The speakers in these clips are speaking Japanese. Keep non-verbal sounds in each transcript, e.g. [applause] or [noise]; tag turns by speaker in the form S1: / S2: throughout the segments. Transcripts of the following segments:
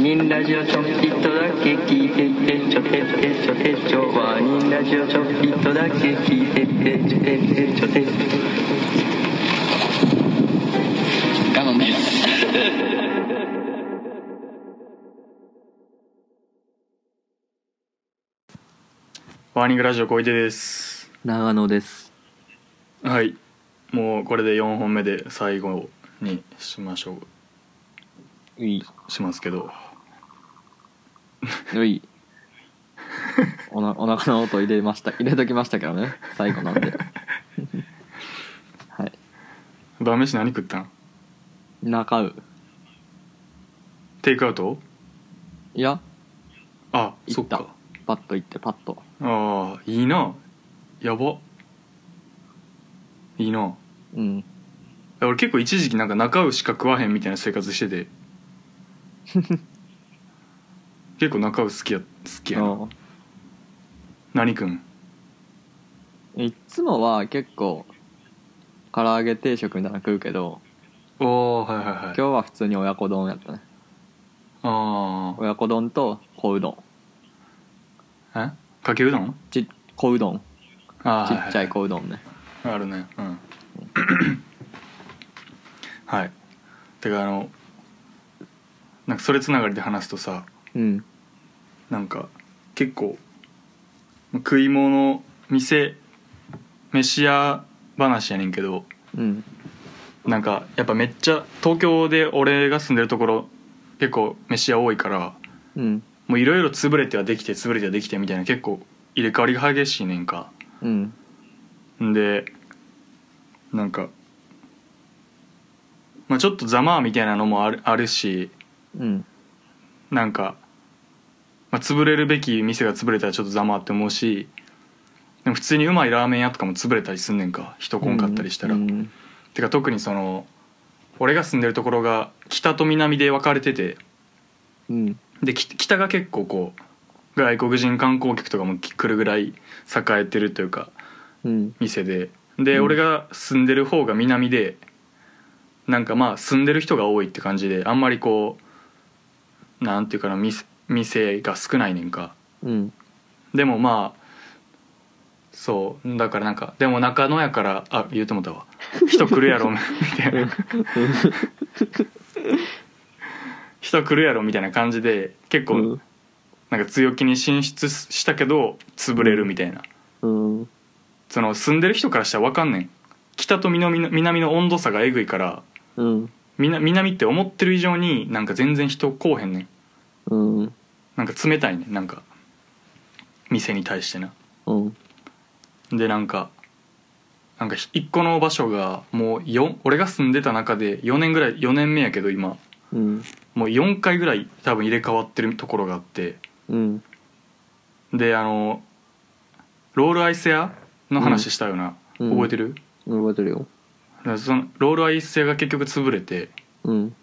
S1: ニンラジオちょっぴっとだけ聞いてってちょてってちょてちょワニンラジオちょっぴっとだけ聞いてってちょてってちょてっ
S2: 我慢です。
S3: ワーニングラジオ小出です
S1: 長野です
S3: はいもうこれで4本目で最後にしましょ
S1: ういう
S3: しますけど
S1: ういおなお腹の音入れました入れときましたけどね最後なんではい
S3: 晩飯何食ったん
S1: 中う
S3: テイクアウト
S1: いや
S3: あ
S1: 行
S3: そ
S1: っ
S3: ったか
S1: パッと行ってパッと
S3: ああいいなやばいいな
S1: うん
S3: 俺結構一時期なんか中うしか食わへんみたいな生活して [laughs] て結構中う好きや好きやな
S1: あ
S3: 何くん
S1: あいっつもは結構唐揚げ定食みたいなの食うけど
S3: おおはいはいはい
S1: 今日は普通に親子丼やったね
S3: あ
S1: 親子丼と小うどん
S3: あえかけうどん
S1: ち小うどん
S3: あ
S1: ち
S3: ーはは
S1: っちゃい小うどんね
S3: あるねうん [coughs] はいてかあのなんかそれつながりで話すとさ
S1: うん
S3: なんか結構食い物店飯屋話やねんけど
S1: うん
S3: なんかやっぱめっちゃ東京で俺が住んでるところ結構飯屋多いから
S1: うん
S3: もういろいろ潰れてはできて潰れてはできてみたいな結構入れ替わりが激しいねんか
S1: うん
S3: んでなんかまあちょっとざまあみたいなのもあるあるし
S1: うん
S3: なんか、まあ、潰れるべき店が潰れたらちょっとざまあって思うしでも普通にうまいラーメン屋とかも潰れたりすんねんか人こんかったりしたら、
S1: うん
S3: てか特にその俺が住んでるところが北と南で分かれてて
S1: うん
S3: でき北が結構こう外国人観光客とかも来るぐらい栄えてるというか
S1: うん
S3: 店でで、
S1: うん
S3: 俺が住んでる方が南でなんかまあ住んでる人が多いって感じであんまりこうなんていうかな店店が少ないねんか
S1: うん
S3: でもまあそうだからなんかでも中野やからあ言うてもう
S1: [laughs]
S3: たわ人来るやろみたいな人来るやろみたいな感じで結
S1: う
S3: 構
S1: ん
S3: なんか強気に進出したけど潰れるみたいな
S1: うん
S3: その住んでる人からしたら分かんねん北と南の南の温度差がえぐいから
S1: うん
S3: 南南って思ってる以上になんか全然人来おへんねん
S1: うん
S3: なんか冷たいねんなんか店に対してな
S1: うん
S3: でなんかなんかひ一個の場所がもうよ俺が住んでた中で4年ぐらい4年目やけど今
S1: うん
S3: もう4回ぐらい多分入れ替わってるところがあって
S1: うん
S3: であのロールアイス屋の話したよ
S1: う
S3: な、
S1: ん
S3: 覚えてる
S1: 覚えてるよ
S3: だからそのロールアイス屋が結局潰れて
S1: うん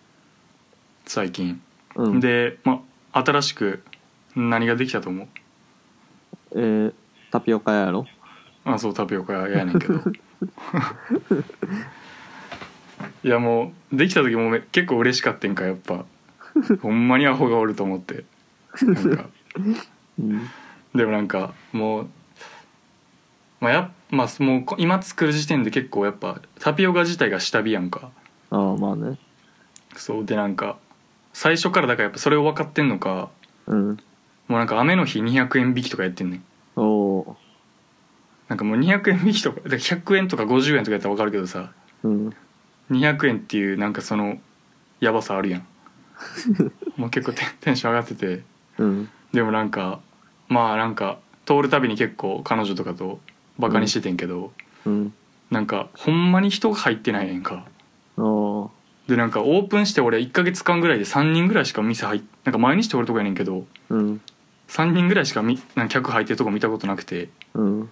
S3: 最近、
S1: うん
S3: で、ま、新しく何ができたと思う
S1: えータピオカ屋やろ
S3: あそうタピオカ屋やね
S1: [laughs]
S3: んけどいやもうできた時もめ結構嬉しかったんかやっぱほんまにアホがおると思ってなんか
S1: うん
S3: でもなんかもうまあやまあもうこ今作る時点で結構やっぱタピオカ自体が下火やんか
S1: ああまあね
S3: そうでなんか最初からだからやっぱそれを分かってんのか
S1: うん
S3: もうなんか雨の日200円引きとかやってんねん
S1: おお
S3: なんかもう200円引きとかだから100円とか50円とかやったら分かるけどさ
S1: ーうん
S3: 200円っていうなんかそのやばさあるやんもう結構テンテンション上がってて
S1: うん
S3: でもなんかまあなんか通るたびに結構彼女とかとバカにしててんけど、
S1: うん
S3: なんかほんまに人が入ってないやんか
S1: おー
S3: でなんかオープンして俺1ヶ月間ぐらいで3人ぐらいしか店入っなんか毎日通るとこやねんけど
S1: うん
S3: 3人ぐらいしかみなんか客入ってるとこ見たことなくて
S1: うん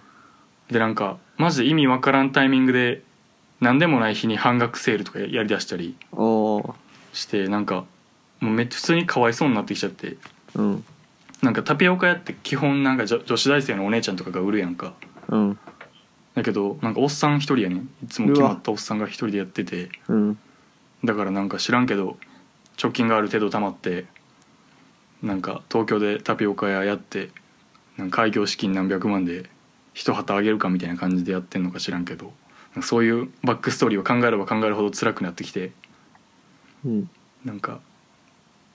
S3: でなんかマジで意味わからんタイミングで何でもない日に半額セールとかやりだしたり
S1: おお
S3: してなんかもうめっちゃ普通にかわいそうになってきちゃって
S1: うん
S3: なんかタピオカ屋って基本なんかじょ女子大生のお姉ちゃんとかが売るやんか
S1: うん
S3: だけどなんかおっさん一人やねんいつも決まったおっさんが一人でやってて
S1: うん
S3: だからなんか知らんけど貯金がある程度貯まってなんか東京でタピオカ屋やってなんか開業資金何百万で一旗あげるかみたいな感じでやってんのか知らんけどなんかそういうバックストーリーを考えれば考えるほど辛くなってきて
S4: うん
S3: なんか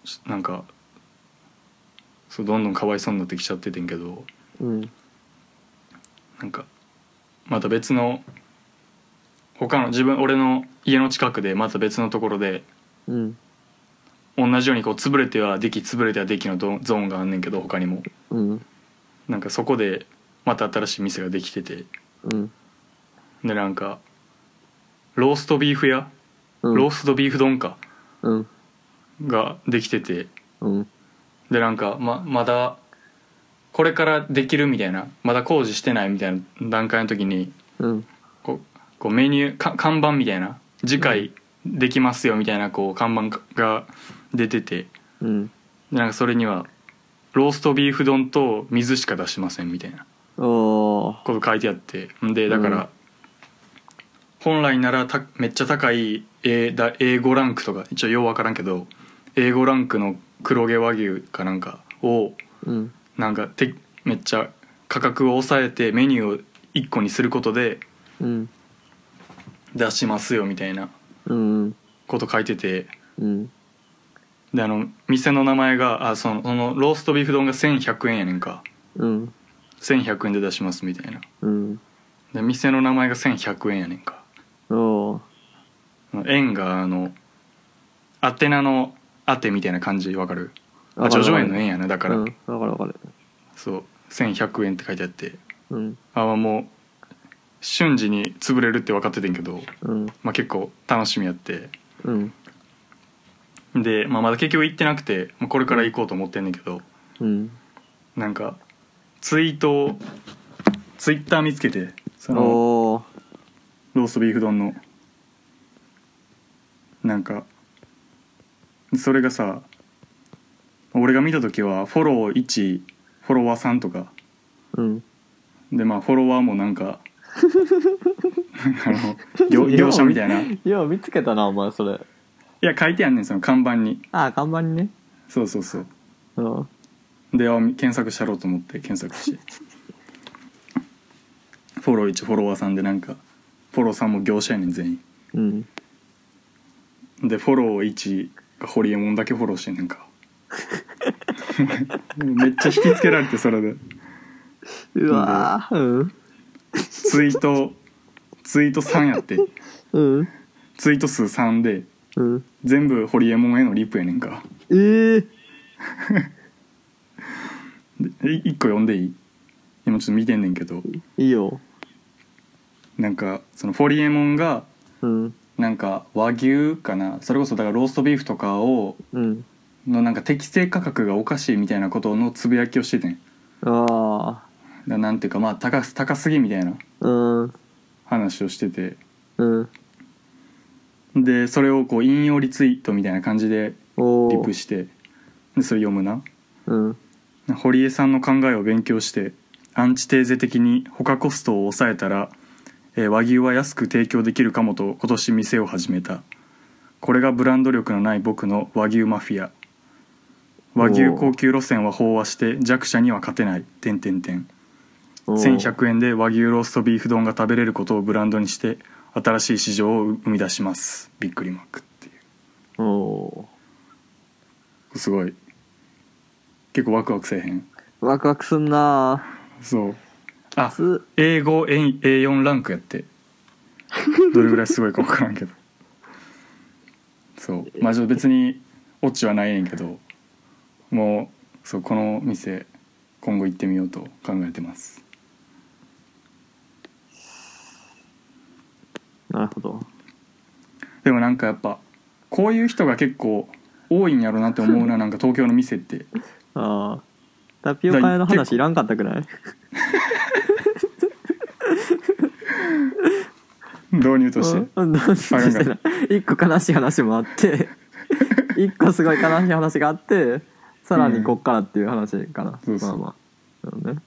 S3: しなんかそうどんどんかわいそうになってきちゃっててんけど
S4: うん
S3: なんかまた別の他の自分俺の家の近くでまた別のところで
S4: うん
S3: 同じようにこう潰れてはでき潰れてはできのゾゾーンがあんねんけど他にも
S4: うん
S3: なんかそこでまた新しい店ができてて
S4: うん
S3: でなんかローストビーフ屋、
S4: うん
S3: ローストビーフ丼か
S4: うん
S3: ができてて
S4: うん
S3: でなんかままだこれからできるみたいなまだ工事してないみたいな段階の時に
S4: うん
S3: こうこうメニューか看板みたいな次回できますよみたいなこう看板が出てて
S4: うん
S3: でなんかそれにはローストビーフ丼と水しか出しませんみたいな
S4: おー
S3: こと書いてあってんでだから、
S4: うん
S3: 本来ならためっちゃ高い A だ A5 ランクとか一応よう分からんけど A5 ランクの黒毛和牛かなんかを
S4: うん
S3: なんかてめっちゃ価格を抑えてメニューを1個にすることで
S4: うん
S3: 出しますよみたいな
S4: うん
S3: こと書いてて
S4: うん
S3: であの店の名前があそのそのローストビーフ丼が1100円やねんか
S4: うん
S3: 1100円で出しますみたいな
S4: うん
S3: で店の名前が1100円やねんか
S4: おー
S3: 円があのアテナのアテみたいな感じわかるあ
S4: わか
S3: 叙
S4: る
S3: 々苑の円やねだから、
S4: うんわかるわかる
S3: そう1100円って書いてあって
S4: うん
S3: あまあもう瞬時に潰れるって分かっててんけど、
S4: うん
S3: まあ、結構楽しみやって
S4: うん
S3: で、まあ、まだ結局行ってなくてもうこれから行こうと思ってんねんけど
S4: うん
S3: なんかツイートをツイッター見つけてその
S4: おー
S3: ローストビーフ丼のなんかそれがさ俺が見た時はフォロー1フォロワー3とか
S4: うん
S3: でまあフォロワーもなんかあの
S4: [laughs]
S3: 業業者みたいない
S4: や見つけたなお前それ
S3: や書いてあんねんその看板に
S4: ああ看板にね
S3: そうそうそう
S4: うん
S3: であ検索したろうと思って検索してフォロー1フォロワー3でなんかフォロー3も業者やねん全員
S4: うん
S3: でフォロー1がホリエモンだけフォローしてんねんか [laughs] めっちゃ引きつけられてそれで
S4: うわーうん
S3: ツイートツイート3やって
S4: うん
S3: ツイート数3で
S4: うん
S3: 全部ホリエモンへのリプやねんか
S4: えー、
S3: でい1個読んでいい今ちょっと見てんねんけど
S4: いいよ
S3: なんかそのホリエモンが
S4: うん
S3: なんか和牛かなそれこそだからローストビーフとかを
S4: うん
S3: のなんか適正価格がおかしいみたいなことのつぶやきをしててんだか
S4: あ
S3: らなんていうかまあ高す高すぎみたいな
S4: あうん
S3: 話をしてて
S4: うん
S3: でそれをこう引用リツイートみたいな感じで
S4: お
S3: リプ
S4: ー
S3: してでそれ読むな
S4: うん
S3: 堀江さんの考えを勉強してアンチテーゼ的に他コストを抑えたら、えー和牛は安く提供できるかもと今年店を始めたこれがブランド力のない僕の和牛マフィア和牛高級路線は飽和して弱者には勝てない点点点
S4: おー
S3: 1100円で和牛ローストビーフ丼が食べれることをブランドにして新しい市場を生み出しますびっくりマークってい
S4: お
S3: うすごい結構ワクワクせえへん
S4: ーワクワクすんな
S3: そうあ
S4: ーつ
S3: 英語 A- A4 ランクやって
S4: [laughs]
S3: どれぐらいすごいか分からんけどそうまあちょっと別にオチはないねんけどもうそうこの店今後行ってみようと考えてます
S4: なるほど
S3: でもなんかやっぱこういう人が結構多いんやろなって思
S4: [laughs]
S3: うななんか東京の店って
S4: ああタピオカ屋の話いらんかったくない
S3: 導入として
S4: うんどうして
S3: あなんか
S4: 一個悲しい話もあって
S3: [laughs]
S4: 一個すごい悲しい話があってさらにこっからっていう話かな、
S3: そうそう
S4: まあまあなる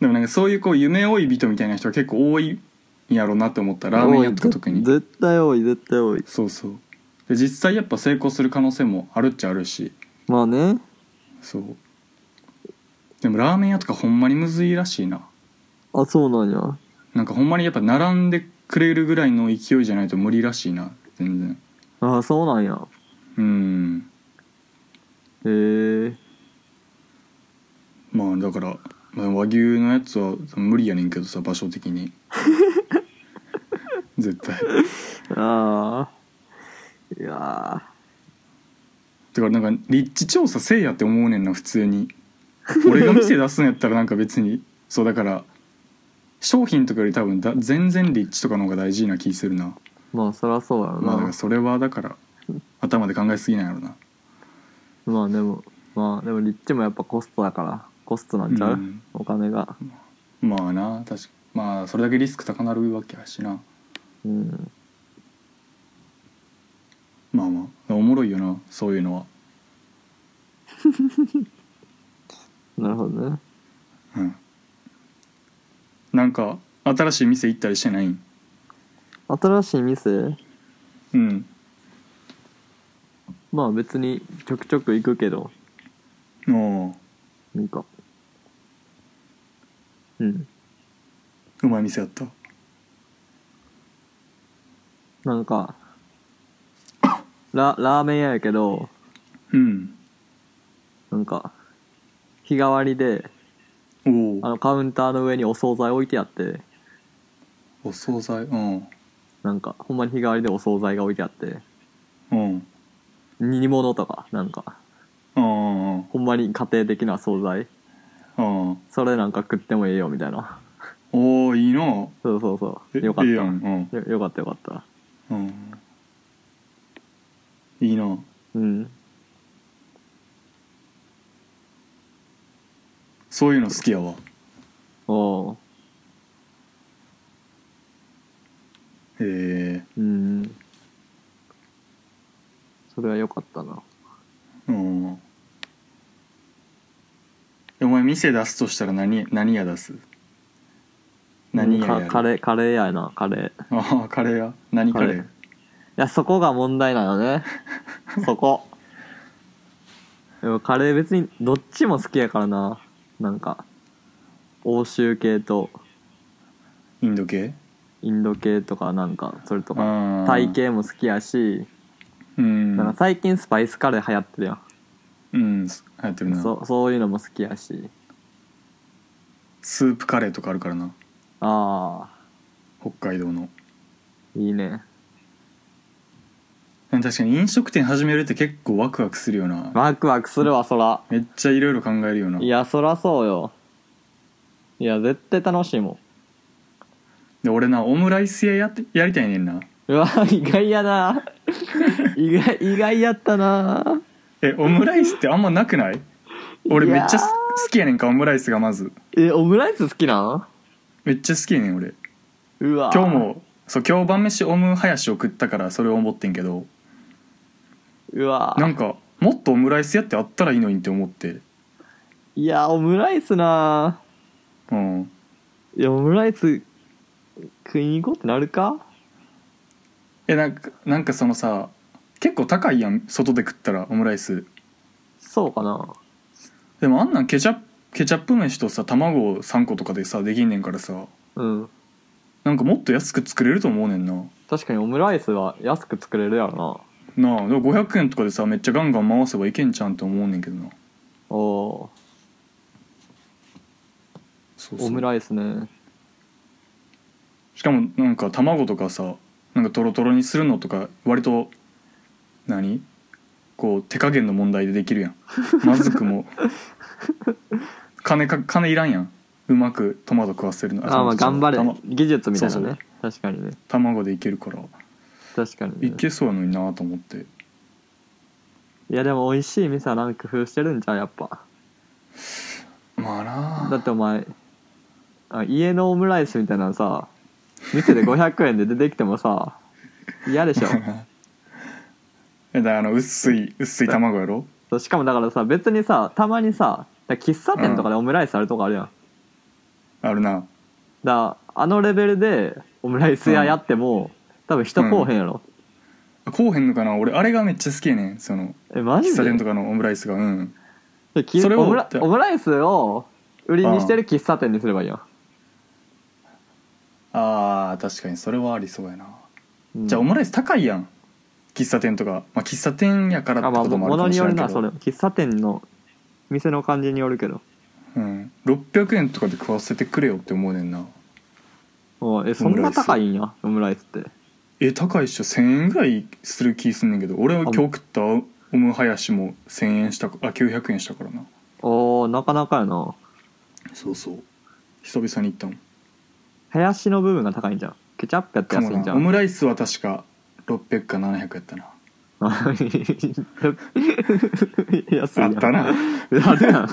S3: でもなんかそういうこう夢追い人みたいな人が結構多いんやろなって思ったラー
S4: ほどね
S3: メン屋とか特に
S4: 多い絶対多い絶対多い
S3: そうそうで実際やっぱ成功する可能性もあるっちゃあるし
S4: まあね
S3: そうでもラーメン屋とかほんまにむずいらしいな
S4: あそうなんや
S3: なんかほんまにやっぱ並んでくれるぐらいの勢いじゃないと無理らしいな全然
S4: あそうなんや
S3: うん
S4: へえ
S3: まあだからまあ和牛のやつは無理やねんけどさ場所的に絶対
S4: ああいや
S3: だからなんか立地調査せいやって思うねんな普通に俺が店出すんやったらなんか別 [laughs] にそうだから商品とかより多分だ全然立地とかの方が大事な気するな
S4: ーまあそりゃそうやろ
S3: まあだ
S4: な、
S3: からそれはだから頭で考えすぎないやろな
S4: まあでもまあでも立地もやっぱコストだからコストなんちゃう、
S3: うん
S4: お金が
S3: まあな確かまあそれだけリスク高なるわけやしな
S4: うん
S3: まあまあおもろいよなそういうのは
S4: なるほどね
S3: うんなんか新しい店行ったりしてないん
S4: 新しい店
S3: うん
S4: まあ別にちょくちょく行くけど
S3: おー
S4: なんかうん
S3: うまい店やった
S4: なんかララーメン屋やけど
S3: うん
S4: なんか日替わりで
S3: お
S4: あ
S3: お
S4: のカウンターの上にお惣菜置いてあって
S3: お惣菜うん
S4: なんかほんまに日替わりでお惣菜が置いてあって
S3: うん
S4: 煮物とかなんか
S3: あ
S4: ほんまに家庭的な惣菜
S3: ああ
S4: それなんか食ってもええよみたいな
S3: おおいいな
S4: そうそうそう
S3: え
S4: よかった
S3: ええや
S4: よ
S3: ん
S4: よかったよかった
S3: うん、うん、いいな
S4: うん
S3: そういうの好きやわ
S4: おお
S3: へ
S4: ううんそれはよかったな
S3: えうんえお前店出すとしたら何何屋出す何
S4: か
S3: 屋やる
S4: カレーカレーやなカレーい
S3: ああカレー屋何カレー
S4: カレーやそこが問題なの
S3: [laughs]
S4: ねそこでもカレー別にどっちも好きやからななんか欧州系と
S3: インド系
S4: インド系とかなんかそれとか
S3: ああ
S4: タイ系も好きやし、
S3: うん
S4: なんか最近スパイスカレー流行ってるやん、
S3: うん流行ってるな
S4: そそういうのも好きやし
S3: スープカレーとかあるからな
S4: ああ
S3: 北海道の
S4: いいね
S3: 確かに飲食店始めるって結構ワクワクするよな
S4: ワクワクするわそら
S3: めっちゃいろいろ考えるよない
S4: やそらそうよいや絶対楽しいも
S3: で俺なオムライス屋やってやりたいねんなん
S4: うわ [laughs] 意外やな意外意外やったな
S3: えオムライスってあんまなくない俺
S4: いや
S3: め
S4: ー
S3: っちゃす好きやねんかオムライスがまず
S4: えオムライス好きなん
S3: めっちゃ好きやねん俺
S4: うわ
S3: 今日もそう今日晩飯オムハヤシを食ったからそれを思ってんけど
S4: うわ
S3: なんかもっとオムライス屋ってあったらいいのにって思って
S4: いやオムライスな
S3: うん
S4: いやオムライス食いに行こうってなるか
S3: えなんかなんかそのさ結構高いやん外で食ったらオムライス
S4: そうかな
S3: でもあんなんケチャップケチャップ飯とさ卵3個とかでさできんねんからさ
S4: うん
S3: なんかもっと安く作れると思うねんな
S4: 確かにオムライスは安く作れるやろ
S3: なあでも500円とかでさめっちゃガンガン回せばいけんちゃうんって思うねんけどな
S4: なお
S3: そう
S4: ー
S3: そう
S4: オムライスね
S3: しかもなんか卵とかさなんかトロトロにするのとか割と何こう手加減の問題でできるやんまず
S4: [laughs]
S3: くも金か金いらんやんうまくトマト食わせるの
S4: あーまあ頑張れ
S3: たま
S4: 技術みたいな
S3: そうそ
S4: ね確かにね
S3: 卵でいけるから
S4: 確かにね
S3: いけそうやのになと思って
S4: いやでも美味しい店はなんか工夫してるんじゃうやっぱ
S3: まあな
S4: だってお前あ家のオムライスみたいなのさ店で500円で出てきてもさ嫌でしょ
S3: [laughs] えだからあの薄い薄い卵やろ
S4: そうしかもだからさ別にさたまにさだから喫茶店とかでオムライスあるとこあるやん、
S3: あるな
S4: だからあのレベルでオムライス屋やっても、多分人来おへんやろ、
S3: こうへんのかな俺あれがめっちゃ好きやねんその
S4: えマジ
S3: 喫茶
S4: で
S3: 店とかのオムライスがうん
S4: でき
S3: それを
S4: オムラ
S3: じゃあ
S4: オムライスを売りにしてる喫茶店にすればいいよ、
S3: あー確かにそれはありそうやな、
S4: うん
S3: じゃあオムライス高いやん喫茶店とかまあ喫茶店やから
S4: あ
S3: って
S4: まあ
S3: こともあるか
S4: 物
S3: も
S4: に
S3: し
S4: よ
S3: れ
S4: る
S3: ない
S4: な
S3: け
S4: それ
S3: ど、
S4: 喫茶店の店の感じによるけど
S3: うん、600円とかで食わせてくれよって思うねんな
S4: おうえそんな高いんやオムライスって
S3: え高いっしょ1000円ぐらいする気すんねんけど俺は今日食ったオムハヤシも1000円したかあ900円したからな
S4: おーなかなかやな
S3: そうそう久々に行ったもん
S4: 林の部分が高いんじゃんケチャップやって
S3: かも
S4: 安いんじ
S3: な
S4: ゃ
S3: オ
S4: ん
S3: ムライスは確か600か700やったな
S4: [laughs] 安い
S3: あ
S4: や
S3: っ
S4: ん
S3: たな
S4: なんでなん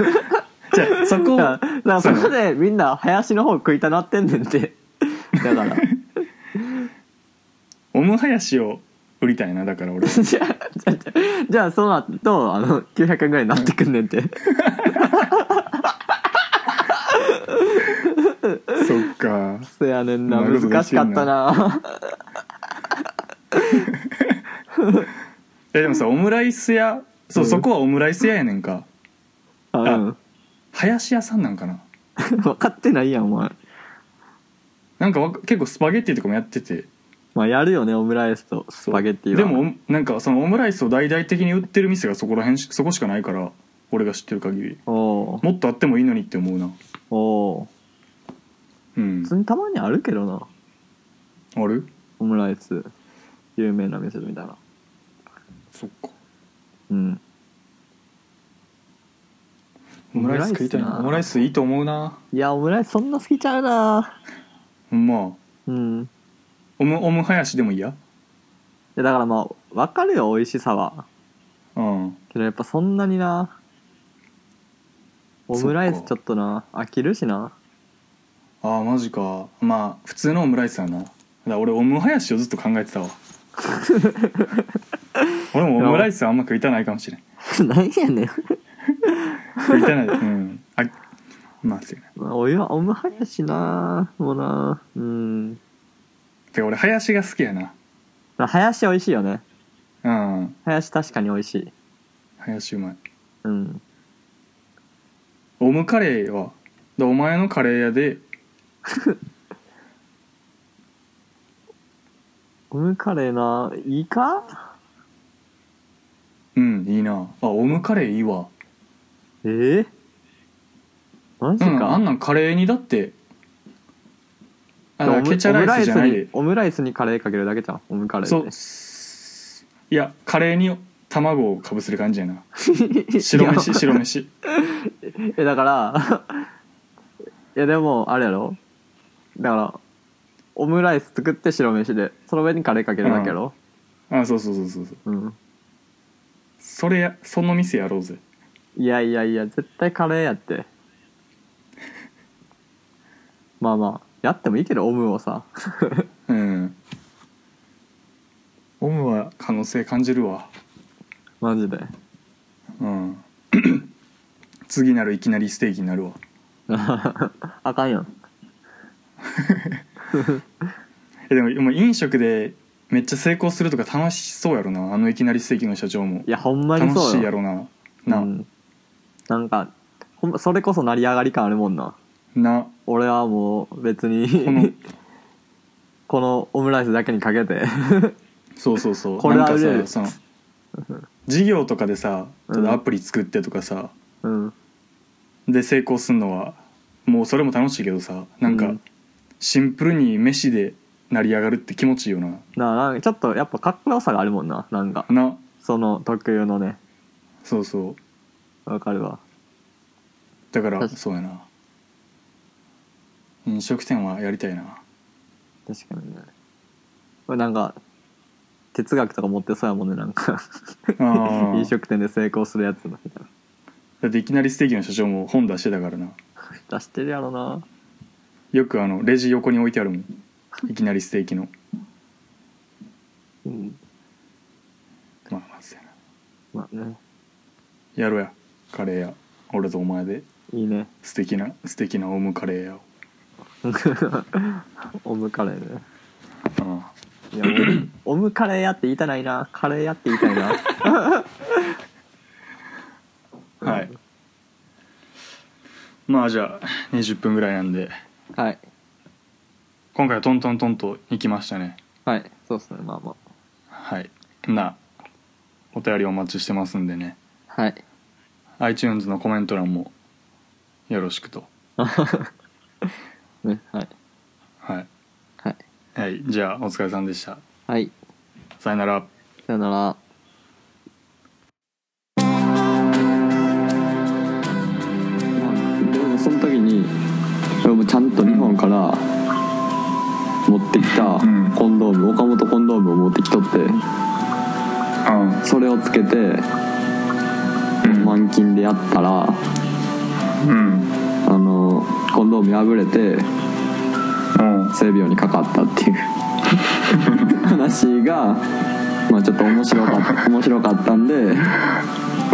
S3: じゃあそ
S4: [laughs]
S3: こ
S4: だからだからそこでみんな林の方食いたなってんねんってだから [laughs]
S3: オムハヤシを売りたいなだから俺 [laughs]
S4: じゃあじゃあじゃあじゃあそうなるとあの900円ぐらいになってくんねんって
S3: そっか
S4: そやねんな
S3: うまいこと
S4: 難しかったな
S3: いやでもさオムライス屋そう、
S4: うん
S3: そこはオムライス屋やねんか
S4: あうん
S3: 林屋さんなんかな
S4: 分かってないやんお前
S3: なんかわか結構スパゲッティとかもやってて
S4: まあやるよねオムライスとス
S3: そう
S4: パゲッティは
S3: でもおなんかそのオムライスを大々的に売ってる店がそこら辺しそこしかないから俺が知ってる限り
S4: お
S3: もっとあってもいいのにって思うな
S4: おおー
S3: うん
S4: 普通にたまにあるけどな
S3: ある
S4: オムライス有名な店みたいな
S3: そっか
S4: うん
S3: オムライス食いたいなオ
S4: オ
S3: ム
S4: ム
S3: ラ
S4: ラ
S3: イ
S4: イ
S3: スいいと思うない
S4: やオムライスそんな好きちゃうな
S3: ほんま
S4: うんい
S3: オムオムハヤシでもいいや
S4: やだからまあ分かるよ美味しさは
S3: うん
S4: けどやっぱそんなになオムライ
S3: そっ
S4: ス
S3: か
S4: ちょっとな飽きるしな [laughs]
S3: ああマジかまあ普通のオムライスやなだから俺オムハヤシをずっと考えて
S4: [laughs]
S3: たわ俺もオムライスあんま食いたないかもしれん
S4: 何やねん
S3: 食いたないうんあまあそうやな
S4: まあお湯はオムハヤシなもうなうん
S3: てか俺ハヤシが好きやな
S4: まあハヤシ美味しいよね
S3: うん
S4: ハヤシ確かに美味しい
S3: ハヤシうまい
S4: うん
S3: オムカレーはだお前のカレー屋で
S4: オムカレーないいか
S3: うんいいなあオムカレーいいわ
S4: えー、マジ
S3: う
S4: か、
S3: んあんなんカレーにだってあだからケチャライスじゃないで
S4: オムライスにオムライスにカレーかけるだけじゃんオムカレー
S3: そう
S4: で
S3: いやカレーに卵をかぶせる感じやな [laughs] 白飯白飯
S4: [laughs] えだからいやでもあれやろだからオムライス作って白飯でその上にカレーかけるだけやろ
S3: あそうそうそうそうそう
S4: うん、
S3: それやその店やろうぜ
S4: いやいやいや絶対カレーやって [laughs] まあまあやってもいいけどオムをさ [laughs]
S3: うんオムは可能性感じるわ
S4: マジで [laughs]
S3: うん [clears throat] 次なるいきなりステーキになるわ
S4: あかんやん
S3: えでももう飲食でめっちゃ成功するとか楽しそうやろなあのいきなりステーキの社長も
S4: いやほんまに
S3: 楽
S4: そう
S3: し
S4: よ
S3: いやろなな、
S4: うん、なんかほんまそれこそ成り上がり感あるもんな
S3: な
S4: 俺はもう別に
S3: こ
S4: [laughs] こ
S3: の
S4: のオムライスだけにかけて [laughs]
S3: そうそうそう
S4: これは
S3: なん
S4: 売れ
S3: か
S4: る
S3: さその事業とかでさ
S4: うん
S3: 例えばアプリ作ってとかさ、
S4: うん
S3: で成功するのはもうそれも楽しいけどさなん
S4: う
S3: か
S4: ん
S3: シンプルに飯で成り上がるって気持ちいいよな
S4: ななんかちょっとやっぱかっこよさがあるもんななんか
S3: な
S4: その特有のね
S3: そうそう
S4: わかるわ
S3: だから
S4: 確か
S3: そうやな飲食店はやりたいな
S4: 確かにねこれなんか哲学とか持ってそうやもんねなんか
S3: あ
S4: [laughs] 飲
S3: ー
S4: 食店で成功するやつみたい
S3: だっていきなりステーキの社長も本出してたからな
S4: な出してるやろな
S3: よくあのレジ横に置いてあるもんいきなりステーキの
S4: うん
S3: まあまあそうやな
S4: まあね
S3: やろうやカレー屋俺とお前で
S4: いいね [laughs]
S3: 素敵な素敵なオウムカレー屋を
S4: オムカレーね
S3: うん
S5: いや [coughs] オムオムカレーやって言いたないなカレーやって言いたいな
S3: はいまあじゃあ20分ぐらいなんで
S5: はい
S3: 今回はトントントンと行きましたね
S5: はいそうっすねまあま
S3: はいなお便りお待ちしてますんでね
S5: あはい [laughs]
S3: iTunes のコメント欄もよろしくと
S5: ねはい
S3: はい、
S5: はい
S3: はい、じゃあお疲れさんでした
S5: はい
S3: さよなら
S5: さよなら
S4: でもその時に俺もちゃんと日本から持ってきた
S6: ん
S4: コンドーム、岡本コンドームを持ってきとって
S6: あ
S4: それをつけて満勤でやったら
S6: うん
S4: あのコンドーム破れて
S6: うん
S4: 性病にかかったっていう話が、まあ、ちょっと面白かった面白かったんで、ま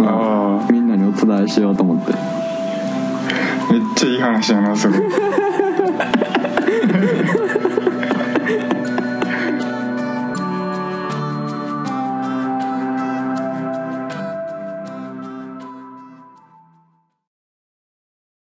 S6: あ
S4: あ、みんなにお伝えしようと思って
S6: あめっちゃいい話やなそれ